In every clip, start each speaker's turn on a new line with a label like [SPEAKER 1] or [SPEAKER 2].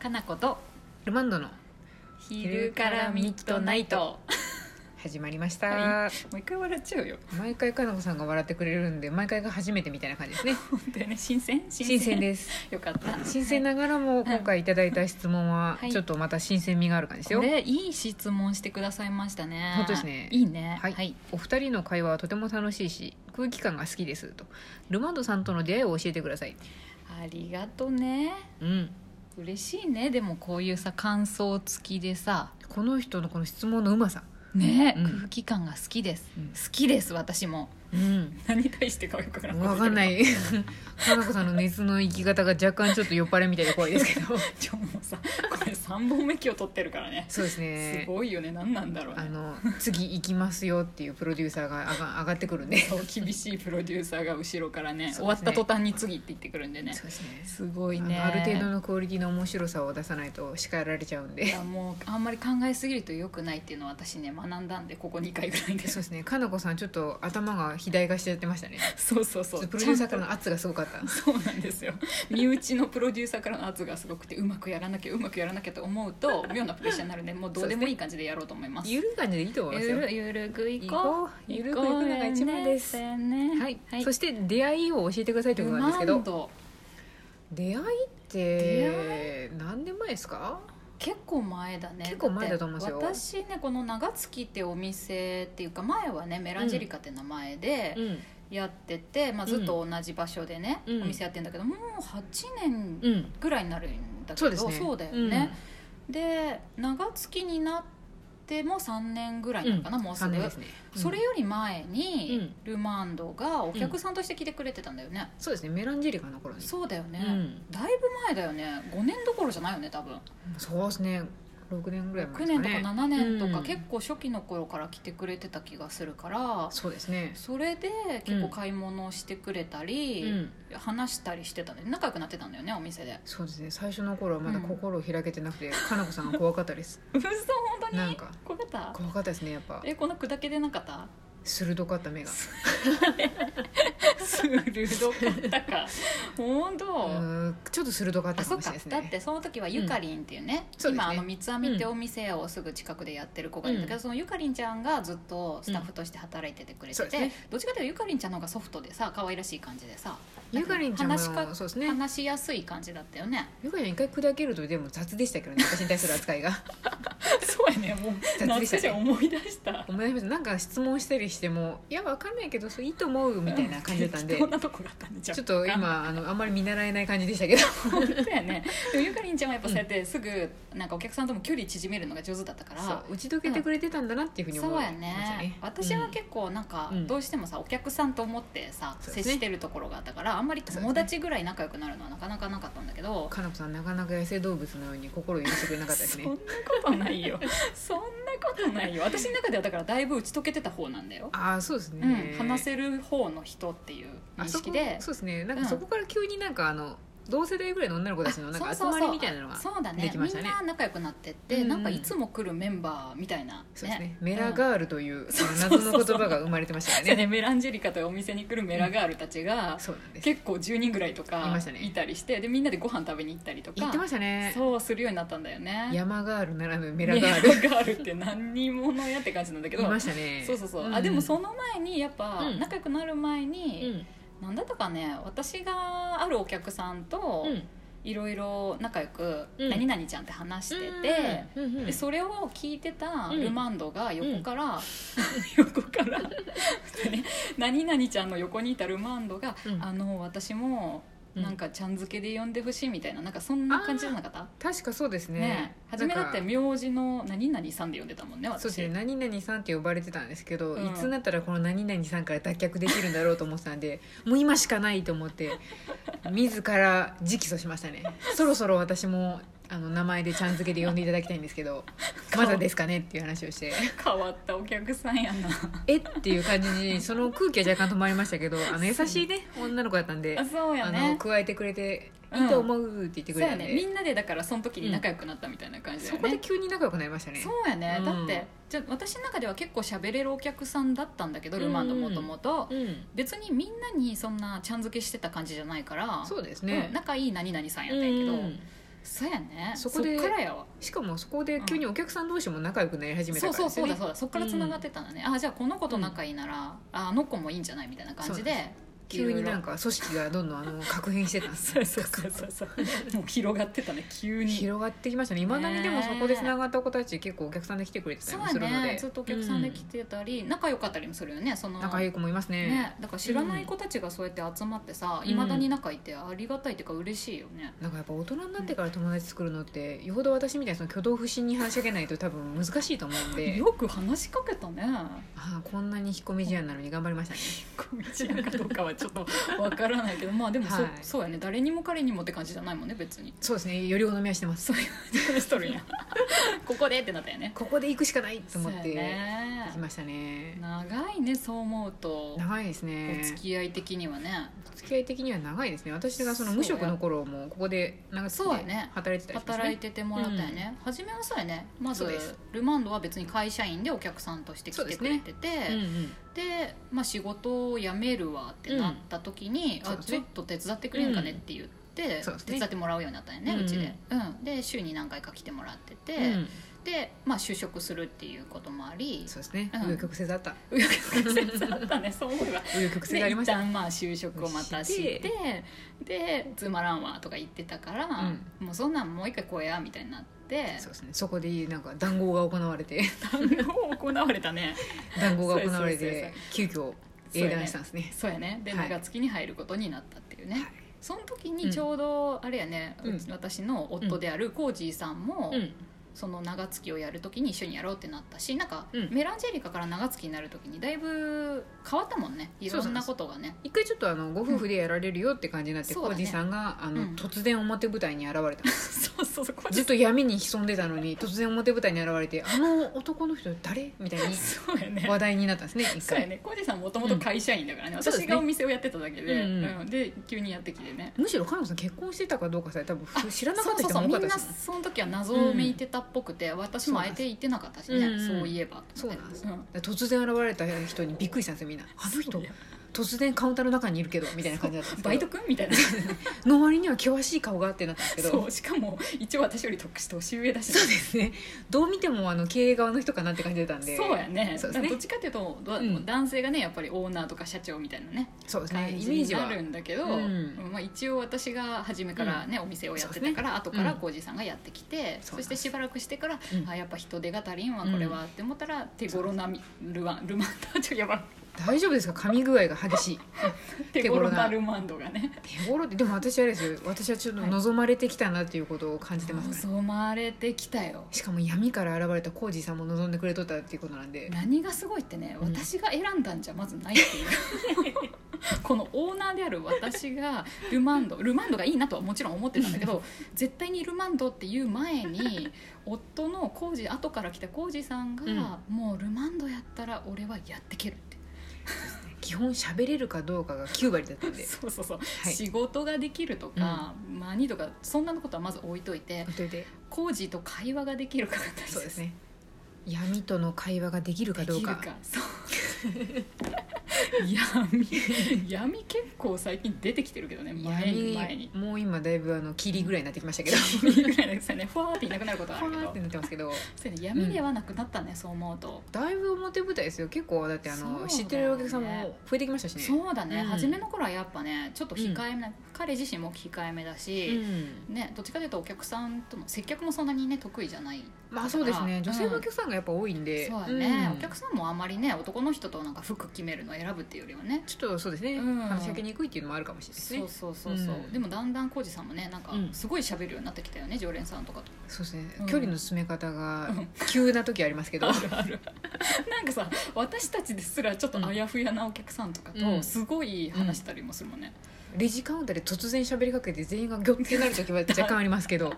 [SPEAKER 1] かなこと
[SPEAKER 2] ルマンドの
[SPEAKER 1] 昼からミッドナイト
[SPEAKER 2] 始まりました、
[SPEAKER 1] はもう一回笑っちゃうよ
[SPEAKER 2] 毎回かなこさんが笑ってくれるんで毎回が初めてみたいな感じですね
[SPEAKER 1] 本当よね新鮮新
[SPEAKER 2] 新鮮です
[SPEAKER 1] よかった
[SPEAKER 2] 新鮮ながらも今回いただいた質問は
[SPEAKER 1] はい
[SPEAKER 2] ちょっとまた新鮮味がある感じです
[SPEAKER 1] こ
[SPEAKER 2] よ、
[SPEAKER 1] れいい質問してくださいましたね
[SPEAKER 2] 本当ですね
[SPEAKER 1] いいね
[SPEAKER 2] はいお二人の会話はとても楽しいし空気感が好きですとルマンドさんとの出会いを教えてください
[SPEAKER 1] ありがとね
[SPEAKER 2] うん
[SPEAKER 1] 嬉しいねでもこういうさ感想付きでさ
[SPEAKER 2] この人のこの質問のうまさ、
[SPEAKER 1] ね、
[SPEAKER 2] うん
[SPEAKER 1] 空気感が好きです、
[SPEAKER 2] うん
[SPEAKER 1] 好きです私も
[SPEAKER 2] うん、
[SPEAKER 1] 何に対してかわから
[SPEAKER 2] 分かんない かなこさんの熱の行き方が若干ちょっと酔っ払いみたいで怖いですけど
[SPEAKER 1] ちょもうさこれ三本目今日撮ってるからね
[SPEAKER 2] そうです
[SPEAKER 1] す
[SPEAKER 2] ね
[SPEAKER 1] ごいよね何なんだろう
[SPEAKER 2] あ
[SPEAKER 1] ね
[SPEAKER 2] の次行きますよっていうプロデューサーが上が上がってくるんで
[SPEAKER 1] そう厳しいプロデューサーが後ろからね
[SPEAKER 2] そ
[SPEAKER 1] 終
[SPEAKER 2] う
[SPEAKER 1] わっ
[SPEAKER 2] ですね
[SPEAKER 1] た途端に次って言ってくるんでね
[SPEAKER 2] そうですね
[SPEAKER 1] すごい
[SPEAKER 2] あ
[SPEAKER 1] ね
[SPEAKER 2] のある程度のクオリティの面白さを出さないと叱られちゃうん
[SPEAKER 1] い
[SPEAKER 2] で
[SPEAKER 1] やもうあんまり考えすぎると良くないっていうのは私ね学んだんでここ2回ぐらいで そ
[SPEAKER 2] そ
[SPEAKER 1] う
[SPEAKER 2] ですねかなこさんちょっと頭が肥大化しちゃってましたね
[SPEAKER 1] うそう
[SPEAKER 2] ち
[SPEAKER 1] そ
[SPEAKER 2] ょっ
[SPEAKER 1] う
[SPEAKER 2] とプロデューサーか
[SPEAKER 1] ち
[SPEAKER 2] ら
[SPEAKER 1] ゃん
[SPEAKER 2] の圧がすごかった
[SPEAKER 1] とそうなんですよ 身内のプロデューサーからの圧がすごくてうまくやらなきゃうまくやらなきゃと思うと妙なプレッシャーになるんでもうどうでもいい感じでやろうと思います
[SPEAKER 2] ゆるい感じでいいと思います
[SPEAKER 1] ゆ
[SPEAKER 2] よ
[SPEAKER 1] るゆるくい
[SPEAKER 2] 行
[SPEAKER 1] こ
[SPEAKER 2] こう
[SPEAKER 1] う
[SPEAKER 2] ゆるくいくのが一番です
[SPEAKER 1] 行こうね
[SPEAKER 2] はい、
[SPEAKER 1] はい、
[SPEAKER 2] そ
[SPEAKER 1] し
[SPEAKER 2] して出会いを教えてくださいということなんですけど出会いって何年前ですか
[SPEAKER 1] 結構前だね
[SPEAKER 2] 結構前だと思うんですよ
[SPEAKER 1] だって私ねこの長月ってお店っていうか前はねメランジェリカって名前で
[SPEAKER 2] うん
[SPEAKER 1] やってて、まあ、ずっと同じ場所でね、
[SPEAKER 2] うん
[SPEAKER 1] お店やってんだけどもう8年
[SPEAKER 2] うん
[SPEAKER 1] ぐらいになるんだけど、
[SPEAKER 2] そうですね
[SPEAKER 1] だよね、で長月になっても3年ぐらいなのかな、もうす
[SPEAKER 2] 三
[SPEAKER 1] ぐ、
[SPEAKER 2] 年ですねうん
[SPEAKER 1] それより前に、ルマンドがお
[SPEAKER 2] う
[SPEAKER 1] 客さんとして来てくれてたんだよね、
[SPEAKER 2] そうですねメランジェリカの頃に
[SPEAKER 1] そうだよね、
[SPEAKER 2] うん
[SPEAKER 1] だいぶ前だよね5年どころじゃないよね多分
[SPEAKER 2] そうですね6年ぐらい前
[SPEAKER 1] 6
[SPEAKER 2] です
[SPEAKER 1] 年
[SPEAKER 2] か
[SPEAKER 1] とか
[SPEAKER 2] ね
[SPEAKER 1] 7年とか、
[SPEAKER 2] うん
[SPEAKER 1] 結構初期の頃から来てくれてた気がするから
[SPEAKER 2] そうですね
[SPEAKER 1] それで結構買い物をしてくれた
[SPEAKER 2] う
[SPEAKER 1] り、
[SPEAKER 2] ん
[SPEAKER 1] 話したりしてたね仲良くなってたんだよねお店で
[SPEAKER 2] そうですね最初の頃はまだ心を開けてなくて、かなこさんが怖かった です
[SPEAKER 1] 嘘本当に
[SPEAKER 2] なんか
[SPEAKER 1] 怖かった
[SPEAKER 2] 怖かったですねやっぱ
[SPEAKER 1] えこの砕けでなかった
[SPEAKER 2] 鋭かった目が
[SPEAKER 1] 鋭かったか本当、
[SPEAKER 2] うーんちょっと鋭かった
[SPEAKER 1] あ
[SPEAKER 2] か
[SPEAKER 1] そ
[SPEAKER 2] も
[SPEAKER 1] っ
[SPEAKER 2] し
[SPEAKER 1] か
[SPEAKER 2] れないです
[SPEAKER 1] だっ
[SPEAKER 2] ね
[SPEAKER 1] てその時はゆかりんっていうね,、
[SPEAKER 2] そうですね
[SPEAKER 1] 今あの三つ編みってお店をすぐ近くでやってる子がいるんだけど、
[SPEAKER 2] うん
[SPEAKER 1] そのゆかりんちゃんがずっとスタッフとして働いててくれ
[SPEAKER 2] そ
[SPEAKER 1] て
[SPEAKER 2] うで
[SPEAKER 1] て、
[SPEAKER 2] すね
[SPEAKER 1] どっちかというとゆかりんちゃんの方がソフトでさ可愛らしい感じでさ
[SPEAKER 2] ゆかりんちゃんも
[SPEAKER 1] 話しか
[SPEAKER 2] そうですね
[SPEAKER 1] 話しやすい感じだったよね
[SPEAKER 2] ゆかりん一回砕けるとでも雑でしたけどね私に対する扱いが
[SPEAKER 1] そうやねもう
[SPEAKER 2] 雑でしたね
[SPEAKER 1] 夏じゃ思い出した
[SPEAKER 2] 思い出しましたなんか質問したりしてもいやわかんないけどそれいいと思うみたいな感じ だったんで
[SPEAKER 1] こんなとこがあったんで
[SPEAKER 2] ちょっと今あのあんまり見習えない感じでしたけど
[SPEAKER 1] 本当や ねでもゆかりんちゃんはやっぱそうやってすぐなんかお客さんとも距離縮めるのが上手だったから
[SPEAKER 2] そう打ち解けてくれてたんだなっていうふうに思い
[SPEAKER 1] そう
[SPEAKER 2] ま
[SPEAKER 1] や
[SPEAKER 2] した
[SPEAKER 1] ね私は結構なんか
[SPEAKER 2] うん
[SPEAKER 1] どうしてもさお客さんと思ってさ
[SPEAKER 2] そう
[SPEAKER 1] 接
[SPEAKER 2] ですね
[SPEAKER 1] してるところがあったからあんまり友達ぐらい仲良くなるのはなかなかなかったんだけど
[SPEAKER 2] かなこさんなかなか野生動物のように心を許してくれなかったです
[SPEAKER 1] そん
[SPEAKER 2] ね
[SPEAKER 1] なことないよそんなことないよ私の中ではだからだいぶ打ち解けてた方なんだよ
[SPEAKER 2] ああそうです
[SPEAKER 1] う
[SPEAKER 2] ね
[SPEAKER 1] ん、話せる方の人っていう
[SPEAKER 2] あ
[SPEAKER 1] 認
[SPEAKER 2] そこ
[SPEAKER 1] 識で
[SPEAKER 2] そうですねなん
[SPEAKER 1] う
[SPEAKER 2] か
[SPEAKER 1] ん
[SPEAKER 2] そこから急になんかあの同世代ぐらいの女の子たちのなんか集まりみたいなのが
[SPEAKER 1] あそうそうそうそうだね
[SPEAKER 2] できましたね
[SPEAKER 1] みんな仲良くなってって、
[SPEAKER 2] うん
[SPEAKER 1] なんかいつも来るメンバーみたいな
[SPEAKER 2] そうですねメラガールというあの謎の言葉が生まれてましたよ
[SPEAKER 1] ね
[SPEAKER 2] ね
[SPEAKER 1] ねメランジェリカというお店に来るメラガールたちが、
[SPEAKER 2] そうなんです
[SPEAKER 1] 結構10人ぐらいと
[SPEAKER 2] い
[SPEAKER 1] か
[SPEAKER 2] ましたね
[SPEAKER 1] いたりしてでみんなでご飯食べに行ったりとか
[SPEAKER 2] 言ってましたね
[SPEAKER 1] そうするようになったんだよね
[SPEAKER 2] 山ガールならぬ
[SPEAKER 1] メ
[SPEAKER 2] メラ
[SPEAKER 1] ラ
[SPEAKER 2] ガ
[SPEAKER 1] ガ
[SPEAKER 2] ー
[SPEAKER 1] ー
[SPEAKER 2] ル
[SPEAKER 1] ルって何者やって感じなんだけど
[SPEAKER 2] いましたね
[SPEAKER 1] そうそうそう、
[SPEAKER 2] ん
[SPEAKER 1] あでもその前にやっぱ
[SPEAKER 2] うん
[SPEAKER 1] 仲良くなる前
[SPEAKER 2] う
[SPEAKER 1] に、
[SPEAKER 2] ん
[SPEAKER 1] なんだったかね私があるお客さんと
[SPEAKER 2] うん
[SPEAKER 1] いろいろ仲良く「
[SPEAKER 2] うん
[SPEAKER 1] 何々ちゃん」って話してて、
[SPEAKER 2] うんうんうん
[SPEAKER 1] でそれを聞いてた
[SPEAKER 2] うん
[SPEAKER 1] ルマンドが横から、 横から、でね、何々ちゃんの横にいたルマンドが「
[SPEAKER 2] うん
[SPEAKER 1] あの私も
[SPEAKER 2] うん
[SPEAKER 1] なんかちゃん付けで呼んでほしい」みたいななんかそんな感じじゃなかった
[SPEAKER 2] 確かそうですね
[SPEAKER 1] ねえ初めだって
[SPEAKER 2] なんか
[SPEAKER 1] 名字の「何々さん」で呼んでたもんね
[SPEAKER 2] そう
[SPEAKER 1] 私
[SPEAKER 2] ですね何々さんって呼ばれてたんですけど、
[SPEAKER 1] うん
[SPEAKER 2] いつになったらこの何々さんから脱却できるんだろうと思ってたんでもう今しかないと思って自ら直訴しましたねそろそろ私もあの名前でちゃん付けで呼んでいただきたいんですけどまだですかねっていう話をして
[SPEAKER 1] 変わったお客さんやな
[SPEAKER 2] えっていう感じにその空気は若干止まりましたけどあの優しいね女の子だったんで
[SPEAKER 1] あそうや
[SPEAKER 2] あの
[SPEAKER 1] ね
[SPEAKER 2] 加えてくれて
[SPEAKER 1] うん
[SPEAKER 2] いいと思うって言って
[SPEAKER 1] そ
[SPEAKER 2] く
[SPEAKER 1] う
[SPEAKER 2] れた
[SPEAKER 1] や
[SPEAKER 2] んで、
[SPEAKER 1] ねみんなでだからその時に仲良くなったみたいな感じだ
[SPEAKER 2] そ
[SPEAKER 1] よ
[SPEAKER 2] こで
[SPEAKER 1] ね、
[SPEAKER 2] 急に仲良くなりましたね
[SPEAKER 1] そうやね、
[SPEAKER 2] うん
[SPEAKER 1] だってじゃ私の中では結構喋れるお客さんだったんだけど、ルマンドもともと
[SPEAKER 2] うん
[SPEAKER 1] 別にみんなにそんなちゃん付けしてた感じじゃないから
[SPEAKER 2] そうですね、
[SPEAKER 1] うん仲いい何々さんやったんやけど、
[SPEAKER 2] うん
[SPEAKER 1] そうやね
[SPEAKER 2] そこで
[SPEAKER 1] っからやわ
[SPEAKER 2] しかもそこで急にお客さん同士も仲良くなり始め
[SPEAKER 1] そ
[SPEAKER 2] た
[SPEAKER 1] う
[SPEAKER 2] か
[SPEAKER 1] そ
[SPEAKER 2] ら
[SPEAKER 1] う
[SPEAKER 2] です
[SPEAKER 1] そ
[SPEAKER 2] よ
[SPEAKER 1] う
[SPEAKER 2] ね
[SPEAKER 1] だそうだそっからつながってたんだね、あじゃあこの子と仲いいなら、ああの子もいいんじゃないみたいな感じで
[SPEAKER 2] 急になん
[SPEAKER 1] か
[SPEAKER 2] か組織がどんどんあ の確変してたんです
[SPEAKER 1] そうそうそうそうそう もう広がってたね急に
[SPEAKER 2] 広がってきましたねいまだにでもそこでつながった子たち結構お客さんで来てくれてた
[SPEAKER 1] そ
[SPEAKER 2] り
[SPEAKER 1] う
[SPEAKER 2] もする
[SPEAKER 1] や
[SPEAKER 2] の
[SPEAKER 1] ね
[SPEAKER 2] で
[SPEAKER 1] ずっとお客さんで来てたり、仲良かったりもするよねその
[SPEAKER 2] 仲良い子もいますね
[SPEAKER 1] ね、だから知らない子たちがそうやって集まってさ
[SPEAKER 2] うん
[SPEAKER 1] いま、未だに仲いてありがたいっていうか嬉しいよね、
[SPEAKER 2] なんかやっぱ大人になってから友達作るのって、よほど私みたいにその挙動不審に話しかけないと多分難しいと思うんで
[SPEAKER 1] よく話しかけたね
[SPEAKER 2] ああこんなに引っ込み思案なのに頑張りましたね
[SPEAKER 1] 小道なんかどうかはちょっとわからないけどまあでもそ,、
[SPEAKER 2] はいう
[SPEAKER 1] やね誰にも彼にもって感じじゃないもんね別に
[SPEAKER 2] そうですねより好みはしてます
[SPEAKER 1] そういうしと るんやここでってなったよね
[SPEAKER 2] ここで行くしかないと思っ
[SPEAKER 1] そう
[SPEAKER 2] て
[SPEAKER 1] や
[SPEAKER 2] 行
[SPEAKER 1] ね
[SPEAKER 2] きましたね
[SPEAKER 1] 長いねそう思うと
[SPEAKER 2] 長いです
[SPEAKER 1] お
[SPEAKER 2] ね
[SPEAKER 1] 付き合い的にはね
[SPEAKER 2] お付き合い的には長いですね私がその無職の頃もここで長くて
[SPEAKER 1] そうやね
[SPEAKER 2] 働いてたりします
[SPEAKER 1] 働い
[SPEAKER 2] ね
[SPEAKER 1] ててもらったよね、初めはそうやねまず
[SPEAKER 2] そうです
[SPEAKER 1] ルマンドは別に会社員でお客さんとして来てくれててで,、
[SPEAKER 2] うんうん
[SPEAKER 1] まあ、仕事を辞めるわってなった時に、
[SPEAKER 2] うん
[SPEAKER 1] あ
[SPEAKER 2] そうです
[SPEAKER 1] ちょ
[SPEAKER 2] ね
[SPEAKER 1] っと手伝ってくれんかねって言って。
[SPEAKER 2] そうですね
[SPEAKER 1] 手伝ってもらうようになったよね、
[SPEAKER 2] うん
[SPEAKER 1] う
[SPEAKER 2] うん
[SPEAKER 1] ちで、うん、で週に何回か来てもらってて、
[SPEAKER 2] うん
[SPEAKER 1] で、まあ、就職するっていうこともあり
[SPEAKER 2] そうですね
[SPEAKER 1] うん
[SPEAKER 2] 紆余曲折あった
[SPEAKER 1] 紆余曲折あ ったねそう思えば
[SPEAKER 2] 紆余曲折あ
[SPEAKER 1] で
[SPEAKER 2] りま
[SPEAKER 1] 一
[SPEAKER 2] した
[SPEAKER 1] 旦まあ就職をまたしてでつまらんわとか言ってたから、もうそんなんもう一回こえやみたいになって
[SPEAKER 2] そうですねそこでなんか談合が行われて
[SPEAKER 1] もう行われた ね
[SPEAKER 2] 談合が行われ
[SPEAKER 1] そうそう
[SPEAKER 2] て急遽英断したんですね
[SPEAKER 1] そうやねで
[SPEAKER 2] はい
[SPEAKER 1] 長月に入ることになったっていうね、
[SPEAKER 2] はい
[SPEAKER 1] その時にちょうど、あれやね、
[SPEAKER 2] うん
[SPEAKER 1] 私の夫であるコージーさんも、
[SPEAKER 2] うん
[SPEAKER 1] その長月をやる時に一緒にやろうってなったしなんか、
[SPEAKER 2] うん
[SPEAKER 1] メランジェリカから長月になる時にだいぶ変わったもんねいろんなことが ね
[SPEAKER 2] 一回ちょっとあのご夫婦でやられるよって感じになって、
[SPEAKER 1] うん
[SPEAKER 2] コージーさんがあの、
[SPEAKER 1] うん
[SPEAKER 2] 突然表舞台に現れた
[SPEAKER 1] そうそうそうコージ
[SPEAKER 2] ず
[SPEAKER 1] ー
[SPEAKER 2] っと闇に潜んでたのに突然表舞台に現れて「あの男の人誰?」みたいに
[SPEAKER 1] そうやね
[SPEAKER 2] 話題になったんですね一
[SPEAKER 1] そうや
[SPEAKER 2] 回
[SPEAKER 1] ねコージさんもともと会社員だからね、
[SPEAKER 2] んそうです
[SPEAKER 1] 私
[SPEAKER 2] ね
[SPEAKER 1] がお店をやってただけで、
[SPEAKER 2] うん
[SPEAKER 1] うんで急にやってきてね
[SPEAKER 2] むしろ彼女さん結婚してたかどうかさえ多分ふ知らなか
[SPEAKER 1] そ
[SPEAKER 2] っ
[SPEAKER 1] うそう
[SPEAKER 2] た人
[SPEAKER 1] そう
[SPEAKER 2] も
[SPEAKER 1] み
[SPEAKER 2] 多かっ
[SPEAKER 1] ん
[SPEAKER 2] た
[SPEAKER 1] な
[SPEAKER 2] ですね
[SPEAKER 1] その時は謎をめいてたっぽくて、私もあえて行ってなかったしね、
[SPEAKER 2] うん
[SPEAKER 1] そういえば
[SPEAKER 2] そうなんです
[SPEAKER 1] うん
[SPEAKER 2] だから突然現れた人にびっくりしたんですよみんな「あの人突然カウンターの中にいるけど」みたいな感じだったんです
[SPEAKER 1] バイ
[SPEAKER 2] けど
[SPEAKER 1] トくんみたいな
[SPEAKER 2] の割には険しい顔がってなったんですけど
[SPEAKER 1] そうしかも一応私より年年上だしね、
[SPEAKER 2] そうですねどう見てもあの経営側の人かなって感じだったんで
[SPEAKER 1] そうやね
[SPEAKER 2] そう
[SPEAKER 1] だから
[SPEAKER 2] ですね
[SPEAKER 1] どっちかっていうと、ど
[SPEAKER 2] うん
[SPEAKER 1] 男性がねやっぱりオーナーとか社長みたいなね
[SPEAKER 2] そうです
[SPEAKER 1] 感
[SPEAKER 2] ね
[SPEAKER 1] じ
[SPEAKER 2] イメー
[SPEAKER 1] に
[SPEAKER 2] ジ
[SPEAKER 1] な
[SPEAKER 2] は
[SPEAKER 1] るんだけど、
[SPEAKER 2] うん
[SPEAKER 1] まあ、一応私が初めからね、お店をやって
[SPEAKER 2] そうで
[SPEAKER 1] た
[SPEAKER 2] す
[SPEAKER 1] か
[SPEAKER 2] ね
[SPEAKER 1] ら、後から
[SPEAKER 2] うん
[SPEAKER 1] 浩二さんがやってきて
[SPEAKER 2] そ
[SPEAKER 1] そう
[SPEAKER 2] なんです
[SPEAKER 1] してしばらくしてから、
[SPEAKER 2] うん
[SPEAKER 1] あやっぱ人手が足りんわこれは、って思ったら手頃なみルワンルマンドちょやばい
[SPEAKER 2] 大丈夫ですか噛み具合が激しい
[SPEAKER 1] 手
[SPEAKER 2] 手
[SPEAKER 1] 頃
[SPEAKER 2] 頃な
[SPEAKER 1] なルマンドがね
[SPEAKER 2] 手頃ってでも私あれですよ私はちょっと望まれてきたなっていうことを感じてますから、
[SPEAKER 1] 望まれてきたよ
[SPEAKER 2] しかも闇から現れたコージーさんも望んでくれとったっていうことなんで
[SPEAKER 1] 何がすごいってね
[SPEAKER 2] うん
[SPEAKER 1] 私が選んだんじゃまずないっていう、 このオーナーである私がルマンドルマンドがいいなとはもちろん思ってたんだけど絶対にルマンドっていう前に夫のコージ後から来たコージさんが、もうルマンドやったら俺はやってけるって
[SPEAKER 2] 基本喋れるかどうかが9割だったんで
[SPEAKER 1] そうそうそう、
[SPEAKER 2] はい
[SPEAKER 1] 仕事ができるとか、マニとかそんなことはまず置いといて
[SPEAKER 2] それで
[SPEAKER 1] コージと会話ができるかが大切
[SPEAKER 2] そうですね闇との会話ができるかどうか
[SPEAKER 1] できるかそう 闇闇結構最近出てきてるけどね前に前
[SPEAKER 2] 闇
[SPEAKER 1] に
[SPEAKER 2] もう今だいぶあの霧ぐらいになってきましたけ ど
[SPEAKER 1] ぐらいのさねふわーっていなくなることはあ
[SPEAKER 2] パ
[SPEAKER 1] るけ
[SPEAKER 2] ーっ
[SPEAKER 1] ど
[SPEAKER 2] てなってますけど
[SPEAKER 1] そうやね闇ではなくなったね、そう思うと
[SPEAKER 2] だいぶ表舞台ですよ結構だってあ
[SPEAKER 1] そうだ
[SPEAKER 2] の、
[SPEAKER 1] よね
[SPEAKER 2] 知ってるお客さんも増えてきましたしね
[SPEAKER 1] そうだね、
[SPEAKER 2] うん
[SPEAKER 1] 初めの頃はやっぱねちょっと控えめな、彼自身も控えめだ
[SPEAKER 2] う
[SPEAKER 1] し、
[SPEAKER 2] ん
[SPEAKER 1] ね、どっちかというとお客さんとの接客もそんなにね得意じゃない
[SPEAKER 2] まあそうですね
[SPEAKER 1] だから
[SPEAKER 2] 女性のお客さんがやっぱ多いんで、
[SPEAKER 1] そうだね、
[SPEAKER 2] うん
[SPEAKER 1] お客さんもあんまりね男の人となんか服決めるのを選ぶっていうよりはね
[SPEAKER 2] ちょっとそうですね、
[SPEAKER 1] うん
[SPEAKER 2] 話しかけにくいっていうのもあるかもしれないですね
[SPEAKER 1] そうそうそうそう、
[SPEAKER 2] うん
[SPEAKER 1] でもだんだん浩二さんもねなんか
[SPEAKER 2] うん
[SPEAKER 1] すごい喋るようになってきたよね、常連さんとかと
[SPEAKER 2] そうですね、
[SPEAKER 1] うん
[SPEAKER 2] 距離の進め方が
[SPEAKER 1] うん
[SPEAKER 2] 急な時あります けど、
[SPEAKER 1] なんかさ私たちですらちょっとあやふやなお客さんとか
[SPEAKER 2] う
[SPEAKER 1] と
[SPEAKER 2] ん
[SPEAKER 1] すごい話したりもするもんね、
[SPEAKER 2] レジカウンターで突然喋りかけて全員がギョッてなる時は若干ありますけど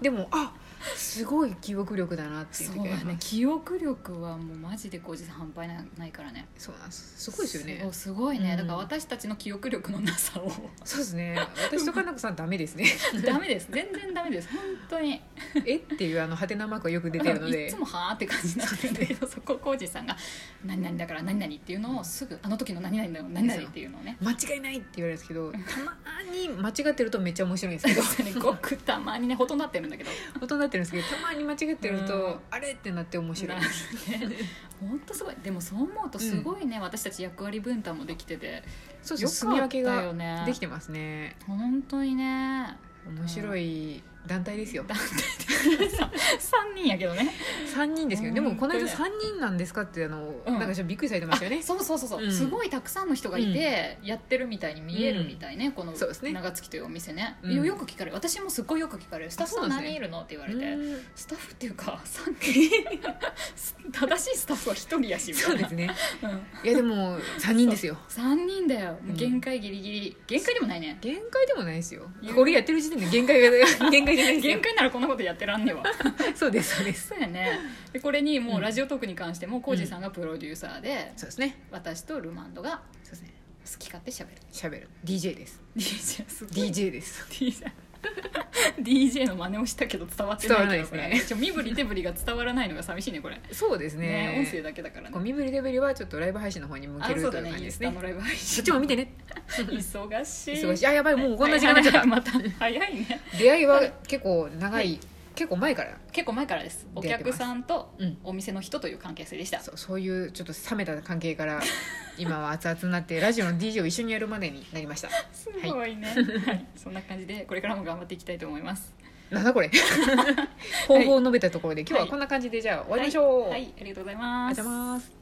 [SPEAKER 2] でもあすごい記憶力だなっていう
[SPEAKER 1] そう
[SPEAKER 2] 時あ
[SPEAKER 1] だ
[SPEAKER 2] り
[SPEAKER 1] ね
[SPEAKER 2] ます
[SPEAKER 1] 記憶力はもうマジで後日半端なないからね
[SPEAKER 2] そうなんですすごいですよね
[SPEAKER 1] そうすごいね、
[SPEAKER 2] うん
[SPEAKER 1] だから私たちの記憶力のなさ を
[SPEAKER 2] そうですね私とかなこさんダ メですね
[SPEAKER 1] ダメです全然ダメです本当に
[SPEAKER 2] えっていうあのハテナマークがよく出てるの
[SPEAKER 1] い
[SPEAKER 2] で
[SPEAKER 1] つもはあって感じになってるんだけどそこ浩二さんが「何々だから何々」っていうのをすぐ「あの時の何々だよ何々」っていうのをね
[SPEAKER 2] 間違いないって言われるんですけどたまに間違ってるとめっちゃ面白い んですけど
[SPEAKER 1] それごくたまにねほとんどなってるんだけど
[SPEAKER 2] 大人になってるんですけどたまに間違ってると、
[SPEAKER 1] うん
[SPEAKER 2] あれってなって面白い
[SPEAKER 1] なるね本当すごいでもそう思うとすごいね、私たち役割分担もできてて
[SPEAKER 2] そうそう住み
[SPEAKER 1] よか
[SPEAKER 2] 分
[SPEAKER 1] った
[SPEAKER 2] けが
[SPEAKER 1] よね
[SPEAKER 2] できてますね
[SPEAKER 1] 本当に ね
[SPEAKER 2] 面白い団体ですよ
[SPEAKER 1] 団体的にさ3人やけどね
[SPEAKER 2] 3人ですけどで
[SPEAKER 1] う
[SPEAKER 2] も
[SPEAKER 1] ん
[SPEAKER 2] この間
[SPEAKER 1] これね
[SPEAKER 2] 3人なんですかってあの、
[SPEAKER 1] うん
[SPEAKER 2] なんかちょっとびっくりされてましたよね
[SPEAKER 1] そうそうそうそう、
[SPEAKER 2] うん
[SPEAKER 1] すごいたくさんの人がいて、やってるみたいに見えるみたいね、この
[SPEAKER 2] そうですね
[SPEAKER 1] 長月というお店ね、
[SPEAKER 2] うん
[SPEAKER 1] よく聞かれる私もすっごいよく聞かれるスタッフさん
[SPEAKER 2] そうな
[SPEAKER 1] 何
[SPEAKER 2] ん
[SPEAKER 1] 人
[SPEAKER 2] ですね
[SPEAKER 1] いるのって言われ
[SPEAKER 2] う
[SPEAKER 1] て、
[SPEAKER 2] ん
[SPEAKER 1] スタッフっていうか3人 正しいスタッフは1人やしみ
[SPEAKER 2] そ
[SPEAKER 1] た
[SPEAKER 2] う
[SPEAKER 1] い
[SPEAKER 2] で
[SPEAKER 1] な
[SPEAKER 2] すね
[SPEAKER 1] うん
[SPEAKER 2] いやでも3人ですよ
[SPEAKER 1] 3人だよもう
[SPEAKER 2] うん
[SPEAKER 1] 限界ギリギリ、限界でもないね
[SPEAKER 2] 限界でもないですよ
[SPEAKER 1] いや
[SPEAKER 2] これやってる時点で限 界が限界じゃないですよ
[SPEAKER 1] 限界ならこんなことやってらんねえわ
[SPEAKER 2] そうですそうです
[SPEAKER 1] そうやねでこれにもううんラジオトークに関しても浩二さんがプロデューサーで、
[SPEAKER 2] そうですね
[SPEAKER 1] 私とルマンドが
[SPEAKER 2] そうですね
[SPEAKER 1] 好き勝手しゃべる
[SPEAKER 2] 喋る DJ です
[SPEAKER 1] DJ すごい
[SPEAKER 2] DJ です
[SPEAKER 1] DJ, DJ の真似をしたけど伝わってないけど
[SPEAKER 2] 伝わらないですね
[SPEAKER 1] これちょ身振り手振りが伝わらないのが寂しいねこれね
[SPEAKER 2] そうですね
[SPEAKER 1] 音声だけだから
[SPEAKER 2] こう
[SPEAKER 1] ね
[SPEAKER 2] 身振り手振りはちょっとライブ配信の方に向
[SPEAKER 1] あ
[SPEAKER 2] け
[SPEAKER 1] そ
[SPEAKER 2] る
[SPEAKER 1] う
[SPEAKER 2] とい
[SPEAKER 1] だ
[SPEAKER 2] う
[SPEAKER 1] ね
[SPEAKER 2] 感じ
[SPEAKER 1] イン
[SPEAKER 2] で
[SPEAKER 1] ス
[SPEAKER 2] す
[SPEAKER 1] タ
[SPEAKER 2] ね
[SPEAKER 1] のライブ配
[SPEAKER 2] そ
[SPEAKER 1] 信
[SPEAKER 2] っちも見てね
[SPEAKER 1] 忙しい
[SPEAKER 2] 忙しいあやばいもうこんな時間
[SPEAKER 1] はい
[SPEAKER 2] になっちゃ
[SPEAKER 1] は
[SPEAKER 2] っ
[SPEAKER 1] いまた早いね
[SPEAKER 2] た出会いは結構長い結構前から
[SPEAKER 1] 結構前からですお
[SPEAKER 2] 出会ってま
[SPEAKER 1] 客
[SPEAKER 2] す
[SPEAKER 1] さんと
[SPEAKER 2] うん
[SPEAKER 1] お店の人という関係性でした
[SPEAKER 2] そうそういうちょっと冷めた関係から 今は熱々になってラジオの DJ を一緒にやるまでになり ました
[SPEAKER 1] すごいね、はい、そんな感じでこれからも頑張っていきたいと思います
[SPEAKER 2] なんだ これ方法を述べたところで今日はこんな感じでじゃあ終わりましょう、
[SPEAKER 1] はい、ありがとうございます
[SPEAKER 2] ありがとうございます